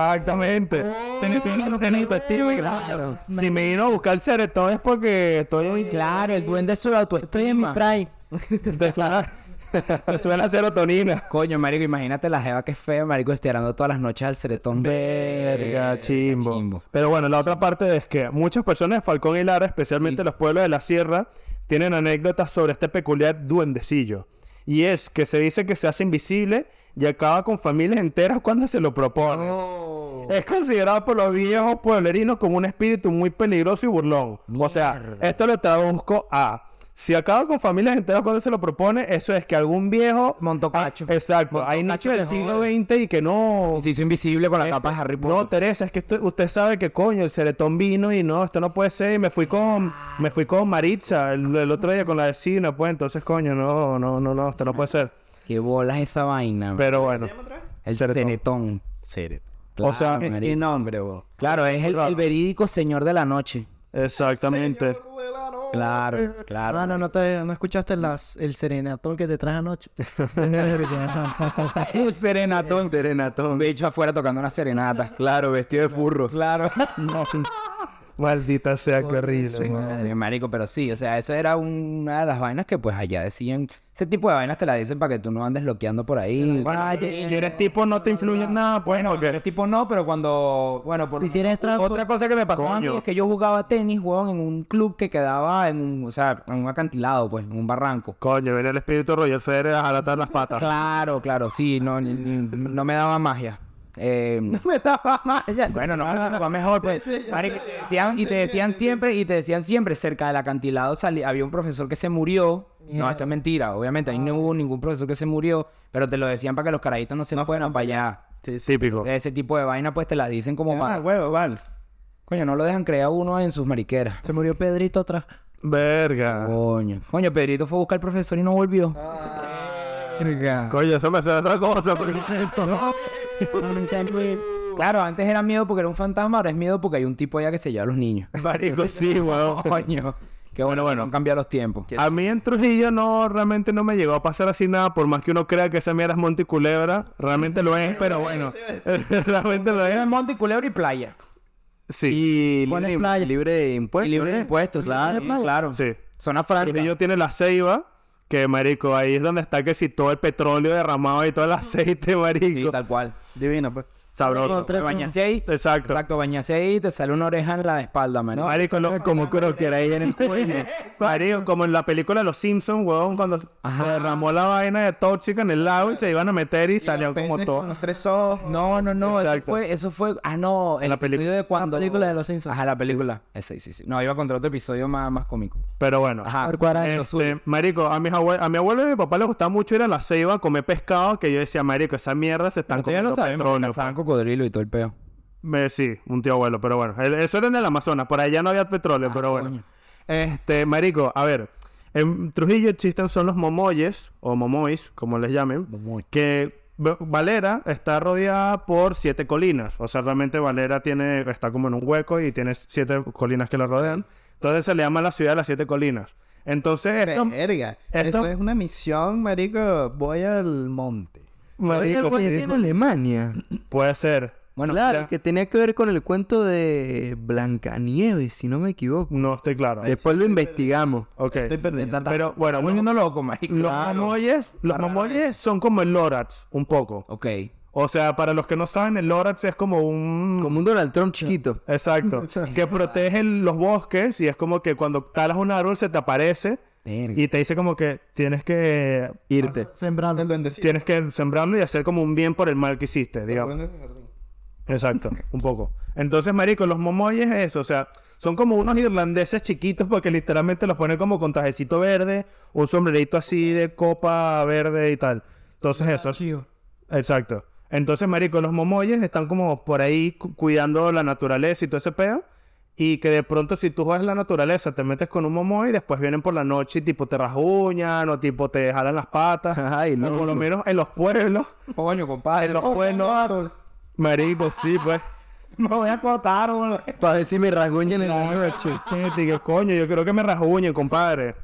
Exactamente.
Oh,
Se necesita un tenito, Steve.
Claro.
este Si me vino a buscar el ceretón es porque estoy
Claro, el duende es su autoestima.
Prime.
te suena, te suena serotonina.
Coño, marico, imagínate la jeva que es fea, marico, estirando todas las noches al ceretón.
Verga, chimbo.
chimbo.
Pero bueno, la otra parte es que muchas personas de Falcón y Lara, especialmente los pueblos de la sierra, tienen anécdotas sobre este peculiar duendecillo. Y es que se dice que se hace invisible y acaba con familias enteras cuando se lo propone. Es considerado por los viejos pueblerinos como un espíritu muy peligroso y burlón. O sea, esto lo traduzco a... Si acaba con familias enteras cuando se lo propone, eso es que algún viejo...
Montocacho.
Ah, exacto. Hay nicho del siglo XX y que no...
Se hizo invisible con la
Eh,
capa de Harry Potter.
No, Teresa, es que esto- usted sabe que coño, el ceretón vino y no, esto no puede ser. Y me fui con, me fui con Maritza el, el otro día con la vecina, pues entonces coño, no, no, no, no, esto no puede ser.
Qué bolas esa vaina.
Pero bueno,
el
ceretón.
ceretón.
Ceretón.
O sea,
Claro, marico.
¿Qué nombre, vos?
Claro, es el, el verídico señor de la noche.
exactamente.
Claro, claro.
Ah, no, no, te, no escuchaste las, el serenatón que te traje anoche.
El serenatón.
Serenatón.
Un bicho afuera tocando una serenata.
Claro, vestido de furro.
Claro.
Maldita sea, qué horrible. weón.
Madre, marico, pero sí, o sea, eso era una de las vainas que pues allá decían. Ese tipo de vainas te la dicen para que tú no andes bloqueando por ahí.
Si eres tipo, no te influye en nada, pues no,
Pero tipo no, pero cuando, bueno, por
Y si eres trans-
otra cosa que me pasaba a mí
Coño.
es que yo jugaba tenis, weón, en un club que quedaba en, un- o sea, en un acantilado, pues, en un barranco.
Coño, viene el espíritu de Roger Federer a jalatar las patas.
Claro, claro, sí, no, ni- ni- no me daba magia. no me daba magia. Bueno, no, va mejor, pues. Marico, y te decían- y te decían siempre, y te decían siempre, cerca del acantilado sali- había un profesor que se murió. No, esto es mentira, obviamente, ahí no hubo ningún profesor que se murió, pero te lo decían para que los carajitos no se fueran para allá.
Típico.
Entonces, ese tipo de vaina, pues te la dicen como
Ah,
para.
huevo, vale.
Coño, no lo dejan creer a uno en sus mariqueras.
Se murió Pedrito atrás.
Verga.
Coño, coño, Pedrito fue a buscar al profesor y no volvió. Ah. Verga.
Coño, eso me hace otra cosa. pero-
Claro, antes era miedo porque era un fantasma, ahora es miedo porque hay un tipo allá que se lleva a los niños.
Marico, sí, weón.
Coño. Qué bueno, bueno. Han cambiado los tiempos.
A mí en Trujillo no, realmente no me llegó a pasar así nada, por más que uno crea que esa mierda es Monte y Culebra, realmente lo es, pero bueno, realmente lo es.
Monte y Culebra y playa.
Sí,
Y
¿Cuál es
libre,
playa?
libre de impuestos.
Y libre de
¿eh?
impuestos, claro.
playa?
claro.
sí.
Zona franca.
Trujillo tiene la ceiba, que marico, ahí es donde está que si todo el petróleo derramado y todo el aceite,
Sí,
marico.
tal cual.
Divino, pues.
Sabroso.
Tres-
Te bañaste ahí.
Exacto.
Exacto, bañaste ahí y te sale una oreja en la espalda, man.
Marico, no,
Como creo que era ahí en el cuello.
Marico, como en la película Los Simpsons, huevón, cuando se derramó la vaina de tóxica en el lago y se iban a meter y salían como todo.
Los tres ojos.
No, no, no, eso
Exacto.
fue, eso fue, ah, no, el
La peli-
episodio de cuando...
La película de los Simpsons.
Ajá, la película, ese, sí, sí, sí. No, iba contra otro episodio más, más cómico.
Pero bueno.
Ajá,
Arcuara,
lo
Este,
suyo.
marico, a, mis abue- a mi abuelo y a mi papá les gustaba mucho ir a la ceiba a comer pescado, que yo decía, marico, esa mierda se están
Ustedes
comiendo
lo saben, porque
petróleo.
cazaban cocodrilo y todo el peo.
Me- sí, un tío abuelo, pero bueno. El- eso era en el Amazonas, por allá no había petróleo, pero bueno.
Ah, coño.
Este, marico, a ver. En Trujillo existen son los momoyes, o momois, como les llamen, que B- Valera está rodeada por siete colinas. O sea, realmente Valera tiene, está como en un hueco y tiene siete colinas que la rodean. Entonces se le llama la ciudad de las siete colinas. Entonces, esto-
Verga.
esto-
Eso es una misión, marico. Voy al monte.
marico,
Fue en Alemania.
puede ser.
Bueno,
claro, que tenía que ver con el cuento de Blancanieves, si no me equivoco.
No estoy claro.
Después lo investigamos.
Ok.
Estoy perdido.
Pero bueno,
Estamos volviendo loco, marico.
Los mamoyes, los mamoyes son como el Lorax, un poco.
Ok.
O sea, para los que no saben, el Lorax es como un...
Como un Donald Trump chiquito.
Exacto. que protege los bosques y es como que cuando talas un árbol se te aparece
Verga.
y te dice como que tienes que...
Irte.
Sembrando.
Tienes que sembrarlo y hacer como un bien por el mal que hiciste, digamos. Exacto, un poco. Entonces, marico, los momoyes es eso, o sea, son como unos irlandeses chiquitos porque literalmente los ponen como con trajecito verde, un sombrerito así de copa verde y tal. Entonces, eso. Exacto. Entonces, marico, los momoyes están como por ahí cu- cuidando la naturaleza y todo ese pedo. Y que de pronto si tú juegas la naturaleza, te metes con un momoy y después vienen por la noche y tipo te rasguñan o tipo te jalan las patas.
Ay,
O por
loco.
lo menos en los pueblos.
Coño, compadre.
En los pueblos. Marico, sí, pues.
Me voy a cortar, boludo.
Para ver si me rasguñan el
Claro, chuchete, que coño, yo creo que me rasguñen, compadre.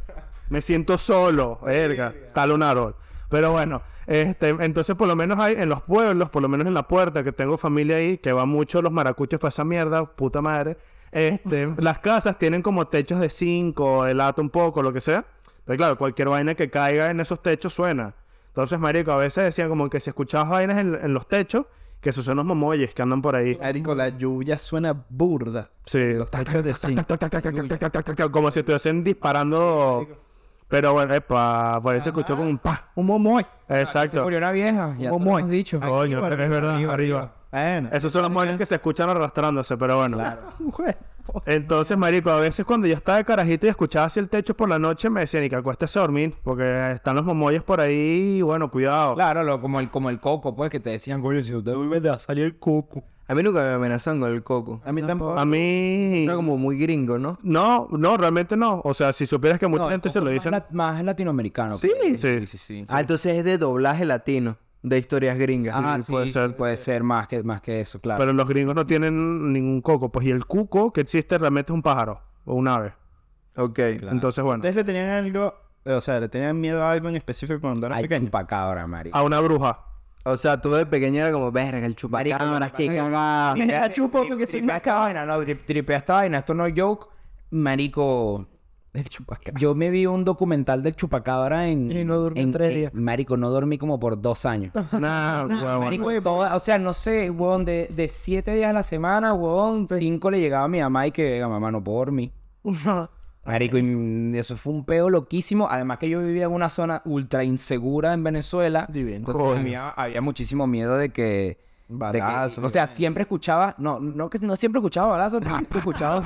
Me siento solo, verga, tal un árbol. Pero bueno, este, entonces por lo menos hay en los pueblos, por lo menos en la puerta, que tengo familia ahí, que van mucho los maracuchos para esa mierda, puta madre. Este, las casas tienen como techos de cinco, de lata un poco, lo que sea. Entonces, claro, cualquier vaina que caiga en esos techos suena. Entonces, marico, a veces decían como que si escuchabas vainas en, en los techos, que esos son los momoyes que andan por ahí.
Marico, la lluvia suena burda.
Sí,
Los tachos de zinc.
tac, tac, tac, tac, tac, tac, tac, tac, tac, como si estuviesen disparando. Pero bueno, epa, por ahí se escuchó como un pa.
Un momoy.
Se
Exacto.
murió una vieja. Ya te
Homo.
lo hemos dicho.
Coño, es verdad, arriba.
Bueno.
Eh.
Esos son los monos que se escuchan arrastrándose, pero bueno. Entonces, marico, a veces cuando yo estaba de carajito y escuchaba hacia el techo por la noche, me decían, y que acuéstese a dormir, porque están los momoyes por ahí, y bueno, cuidado.
Claro, lo- como, el, como el coco, pues, que te decían, coño, si usted vuelve a salir el coco.
A mí nunca me amenazaron con el coco.
A mí tampoco.
A mí...
Era como muy gringo, ¿no?
No, no, realmente no. O sea, si supieras que mucha
No, el
gente se
coco
lo
es
dice...
Más, lat- más latinoamericano.
Sí.
creo.
Sí.
sí, sí.
Ah, entonces es de doblaje latino, de historias gringas.
Ah,
sí,
pues.
sí,
puede
sí,
ser.
puede ser más que, más que eso, claro.
Pero los gringos no tienen ningún coco. Pues y el cuco que existe realmente es un pájaro o un ave.
Ok.
Entonces, bueno,
Ustedes le tenían algo, o sea, le tenían miedo a algo en específico cuando eran
Hay
pequeños.
chupacabra, marico.
a una bruja.
O sea, tú de pequeño era como, verga, el chupacabras,
Marico, lo que pasa es
qué
que-
cagada.
Tripea, chupo porque tripea esta vaina, no, tri- tripea esta vaina, esto no es joke. Marico,
El chupacabras.
yo me vi un documental del chupacabra en...
Y no durmió
en-
tres
en-
días.
Marico, no dormí como por dos años.
Nah, huevón.
Marico, toda- o sea, no sé, huevón, de, de siete días a la semana, huevón,
Pues
cinco le llegaba a mi mamá y que, venga, mamá, no puedo dormir. Marico, y mm, eso fue un peo loquísimo. Además que yo vivía en una zona ultra insegura en Venezuela. Entonces había, había muchísimo miedo de que... de que-
Balazos.
o sea, siempre escuchaba... No, no, que no siempre escuchaba balazos, pero siempre escuchaba...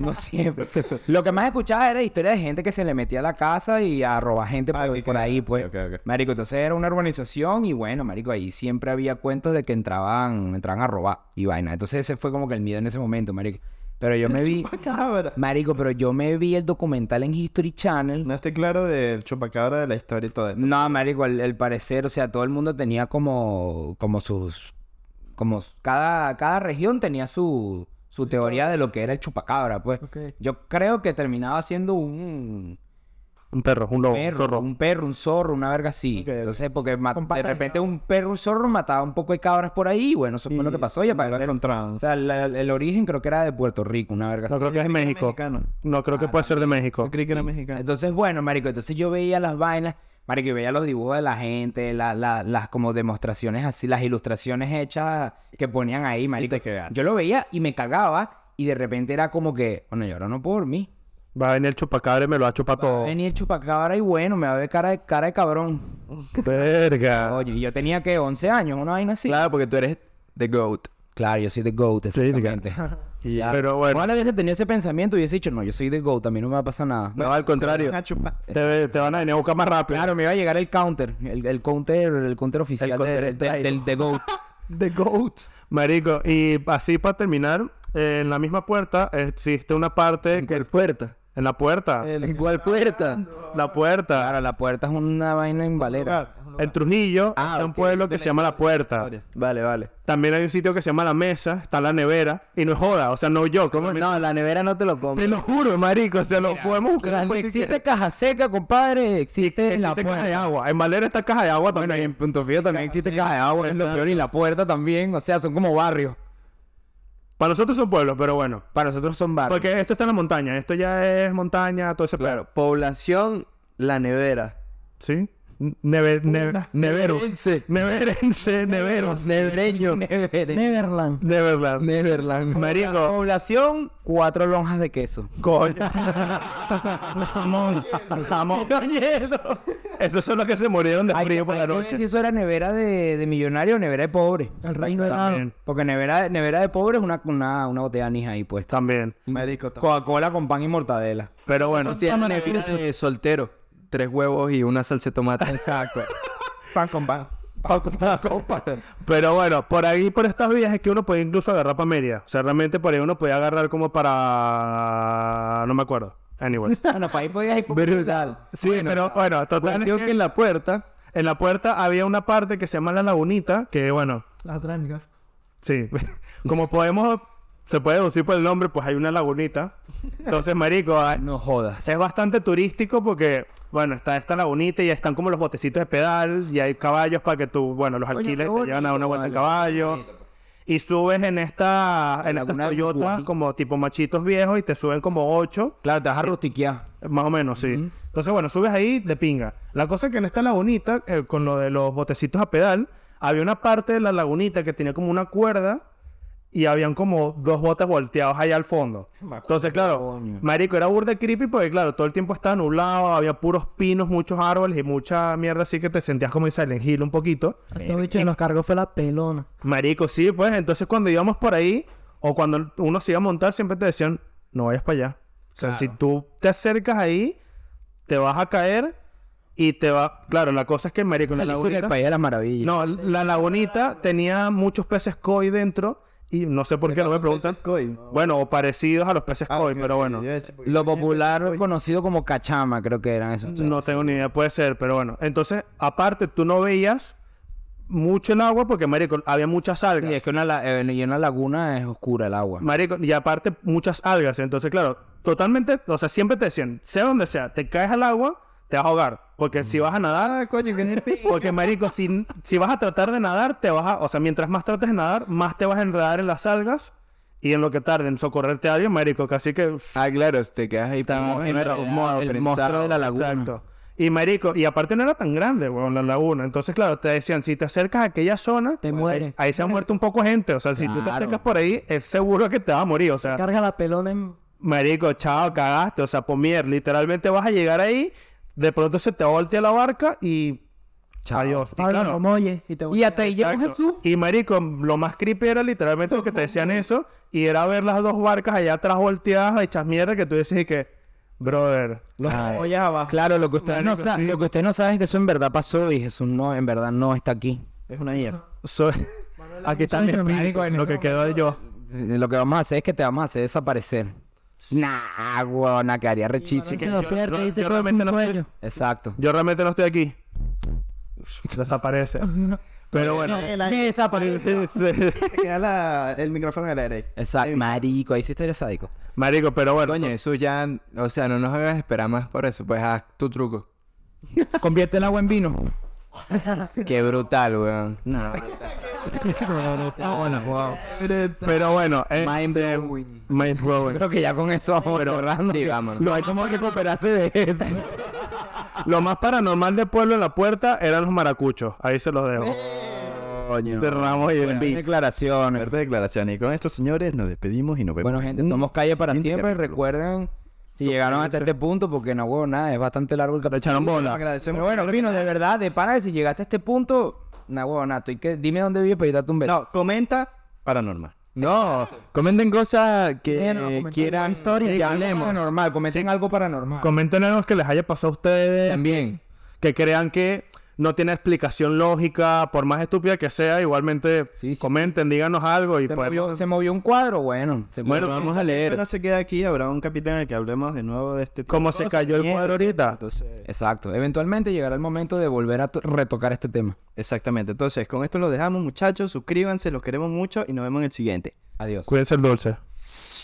no siempre. Lo que más escuchaba era historia de gente que se le metía a la casa y a robar gente
Ah,
por,
que-
por
que-
ahí, pues.
ok, ok.
Marico, entonces era una urbanización y bueno, marico, ahí siempre había cuentos de que entraban, entraban a robar y vaina. Entonces ese fue como que el miedo en ese momento, marico. Pero yo me vi...
Chupacabra.
Marico, pero yo me vi el documental en History Channel.
No estoy claro del chupacabra de la historia y todo esto.
No, marico, al, al parecer, o sea, todo el mundo tenía como, como sus, como s- cada, cada región tenía su, su teoría de lo que era el chupacabra, pues.
Ok.
Yo creo que terminaba siendo un
Un perro, un lobo,
perro,
un zorro.
un perro, un zorro, una verga así.
Ok, ok.
Entonces, porque ma-
Con
de
patas de
repente un perro, un zorro mataba un poco de cabras por ahí, y bueno, eso fue lo que pasó y
No lo
apareció.
encontraron.
O sea, la- el origen creo que era de Puerto Rico, una verga
No
así.
creo que es de México.
Mexicano.
No creo que puede ser de México.
Yo creí que era mexicano.
Entonces, bueno, marico, entonces yo veía las vainas, marico, y veía los dibujos de la gente, la- la- las como demostraciones así, las ilustraciones hechas que ponían ahí, marico.
te quedas.
Yo lo veía y me cagaba y de repente era como que, bueno, yo ahora no puedo dormir.
Va a venir el chupacabra y me lo ha chupado
Oh.
todo.
Venía el chupacabra y bueno, me va a ver cara de, cara de cabrón.
Verga.
Oye, y yo tenía que 11 años, una vaina así. Claro,
Claro, porque tú eres the GOAT.
yo soy The GOAT,
Sí, diga.
exactamente. Ya.
Pero bueno,
Ojalá hubiese tenido ese pensamiento y hubiese dicho, no, yo soy The GOAT, a mí no me va a pasar nada.
No, al contrario.
Ah, chupa-
te, te van a venir a buscar más rápido.
Claro, me iba a llegar el counter, el, el counter, el counter oficial de-
counter
de-
strike.
del The GOAT.
The GOAT.
Marico, y así para terminar, eh, en la misma puerta existe una parte
Mm.
¿En
que...
cuál puerta?
En la puerta.
El-
¿En cuál puerta?
La puerta.
Claro, la puerta es una vaina en valera.
En Trujillo
Ah,
está un
ok.
pueblo que se llama La
Ah,
Puerta.
Historia.
Vale, vale.
También hay un sitio que se llama La Mesa, está la nevera, y no es joda, o sea, no yo.
¿Cómo?
también-
No, la nevera no te lo
Te
compro.
lo juro, marico, o sea, lo podemos buscar.
Si
pues, si
existe
quieres.
caja seca, compadre,
Y-
existe la
existe caja de
puerta.
agua. En Valera está caja de agua también.
Bueno, y en Punto Fijo también existe caja de agua, es lo peor, y la puerta también, o sea, son como barrios.
Para nosotros son pueblos, pero bueno.
Para nosotros son barrios.
Porque esto está en la montaña, esto ya es montaña, todo ese
Claro, población, la nevera.
pedo. ¿Sí? Neve- neve- neveros.
Neverense.
Neverense, neveros.
Nevereño.
Neverland.
Neverland.
Neverland.
Marico,
Población, cuatro lonjas de queso.
coño. Jamón, jamón. Esos son los que se murieron de
Hay que-
frío por
hay
la
que ver
noche.
Si eso era nevera de, de millonario o nevera de pobre.
El reino helado.
También,
Porque nevera, nevera de pobre es una, una, una botella de anís ahí puesta.
también.
Marico, to-
Coca-Cola con pan y mortadela.
Pero bueno.
Si es nevera de soltero. Tres huevos y una salsa de tomate. Exacto.
pan con pan.
Pero bueno, por ahí, por estas vías es que uno puede incluso agarrar para Mérida. O sea, realmente por ahí uno puede agarrar como para... No me acuerdo. Anyway.
Bueno, para ahí podías ir por
Brutal.
Sí, pero bueno, total es
Cuestión
que
que en la puerta,
en la puerta había una parte que se llama La Lagunita, que bueno,
Las Atlánicas.
sí. Como podemos... Se puede deducir por el nombre, pues hay una lagunita. Entonces, marico, ah, hay-
No jodas.
Es bastante turístico porque, bueno, está esta lagunita y están como los botecitos de pedal y hay caballos para que tú, bueno, los alquiles te llevan a una vuelta en caballo. Y subes en esta, en estas
Laguna de
Toyotas
Guají.
como tipo machitos viejos y te suben como ocho,
Claro, te vas a rustiquear.
más o menos, sí. Entonces, bueno, subes ahí de pinga. La cosa es que en esta lagunita, eh, con lo de los botecitos a pedal, había una parte de la lagunita que tenía como una cuerda y habían como dos botes volteados allá al fondo. Entonces, claro,
Coño.
marico, era burda de creepy porque, claro, todo el tiempo estaba nublado, había puros pinos, muchos árboles y mucha mierda así que te sentías como en Silent Hill un poquito.
A Estos bichos los cargó fue la pelona.
Marico, sí, pues, entonces cuando íbamos por ahí o cuando uno se iba a montar siempre te decían, no vayas para allá. O sea, si tú te acercas ahí, te vas a caer y te va... Claro, la cosa es que, marico, en la
el
lagunita...
país de las maravillas.
No, la lagunita tenía muchos peces koi dentro y no sé por qué, no me preguntan. Bueno, o parecidos a los peces koi, pero bueno.
Lo popular conocido como cachama, creo que eran esos.
No tengo ni idea, puede ser, pero bueno. Entonces, aparte, tú no veías mucho el agua porque, marico, había muchas algas.
Y es que una, la- eh, y una laguna es oscura el agua.
Marico, y aparte muchas algas. Entonces, claro, totalmente, o sea, siempre te decían, sea donde sea, te caes al agua, te vas a ahogar. Porque si vas a nadar, coño, porque marico, si, si vas a tratar de nadar, te vas a, o sea, mientras más trates de nadar, más te vas a enredar en las algas y en lo que tarde en socorrerte a alguien, marico, casi este, que
Ah, claro, te quedas ahí como
en
enredado,
el mo- el
prensado.
monstruo de la laguna. Exacto. Y marico, y aparte no era tan grande, weón, la laguna. Entonces, claro, te decían, si te acercas a aquella zona,
Te
ahí-
mueres.
Ahí se ha muerto un poco gente. O sea, si tú te
Claro.
acercas por ahí, es seguro que te vas a morir. O sea,
Carga la pelona en...
Marico, chao, cagaste. O sea, pomier, literalmente vas a llegar ahí, de pronto se te voltea la barca y.
Chao.
Adiós. Y
Pablo,
claro,
como oye, y te
Y hasta ahí llegó
exacto.
Jesús.
Y marico, lo más creepy era literalmente que te decían eso y era ver las dos barcas allá atrás volteadas, hechas mierda, que tú decís y que, brother, los-
Ollas abajo.
Claro, lo que ustedes no
Marico,
saben,
sí.
lo que ustedes no saben es que eso en verdad pasó y Jesús no, en verdad no está aquí.
Es una hierba.
soy- aquí está mi
Manuel,
espíritu,
en
lo
ese
que quedó de yo.
Eh, Lo que vamos a hacer es que te vamos a hacer desaparecer. Nah, huevona, quedaría rechísimo.
Se despierta
yo-
y dice
yo
todo es un
realmente no estoy-
sueño.
Exacto.
Yo realmente no estoy aquí. Desaparece. Pero bueno.
No, el aire- desaparece.
Queda la- el micrófono al aire.
Exacto. Marico, ahí sí estaría sádico.
Marico, pero bueno.
Coño, Jesús, ya, o sea, no nos hagas esperar más por eso, pues haz tu truco.
Convierte el agua en vino.
Qué brutal, weón.
No.
Pero bueno. eh, mind blowing.
Creo que ya con eso vamos cerrando.
sí,
que
vámonos.
Lo hay como recuperarse de eso.
Lo más paranormal de Pueblo en la Puerta eran los maracuchos. Ahí se los dejo. Eh,
Coño.
Cerramos y
Declaraciones.
Fuerte declaración. Y con estos señores nos despedimos y nos vemos.
Bueno, gente,
en un
somos calle para
siguiente
siempre.
capítulo.
Recuerden si llegaron hasta este punto, porque no huevo nada, es bastante largo el capítulo.
echaron bola.
Pero
Agradecemos.
bueno, Fino, de verdad, de pana, que si llegaste a este punto, nah, huevo nada, tú que dime dónde vives para yo darte un beso.
No, comenta paranormal.
No, comenten cosas que
Bueno,
eh,
comenten
quieran historia, que hablemos.
Paranormal, comenten algo paranormal.
Comenten algo que les haya pasado a ustedes.
También.
Que crean que no tiene explicación lógica, por más estúpida que sea, igualmente
Sí, sí,
comenten, díganos algo y pues,
se,
podemos-
movió, se movió un cuadro, bueno. se
Bueno,
movió-
vamos a
Pero
leer.
no se queda aquí, habrá un capítulo en el que hablemos de nuevo de este tipo
Como
de
se
cosas.
cayó el
Mierda,
cuadro ahorita.
Entonces,
Exacto, eventualmente llegará el momento de volver a to- retocar este tema.
exactamente. Entonces, con esto lo dejamos, muchachos. Suscríbanse, los queremos mucho y nos vemos en el siguiente.
Adiós.
Cuídense el dulce.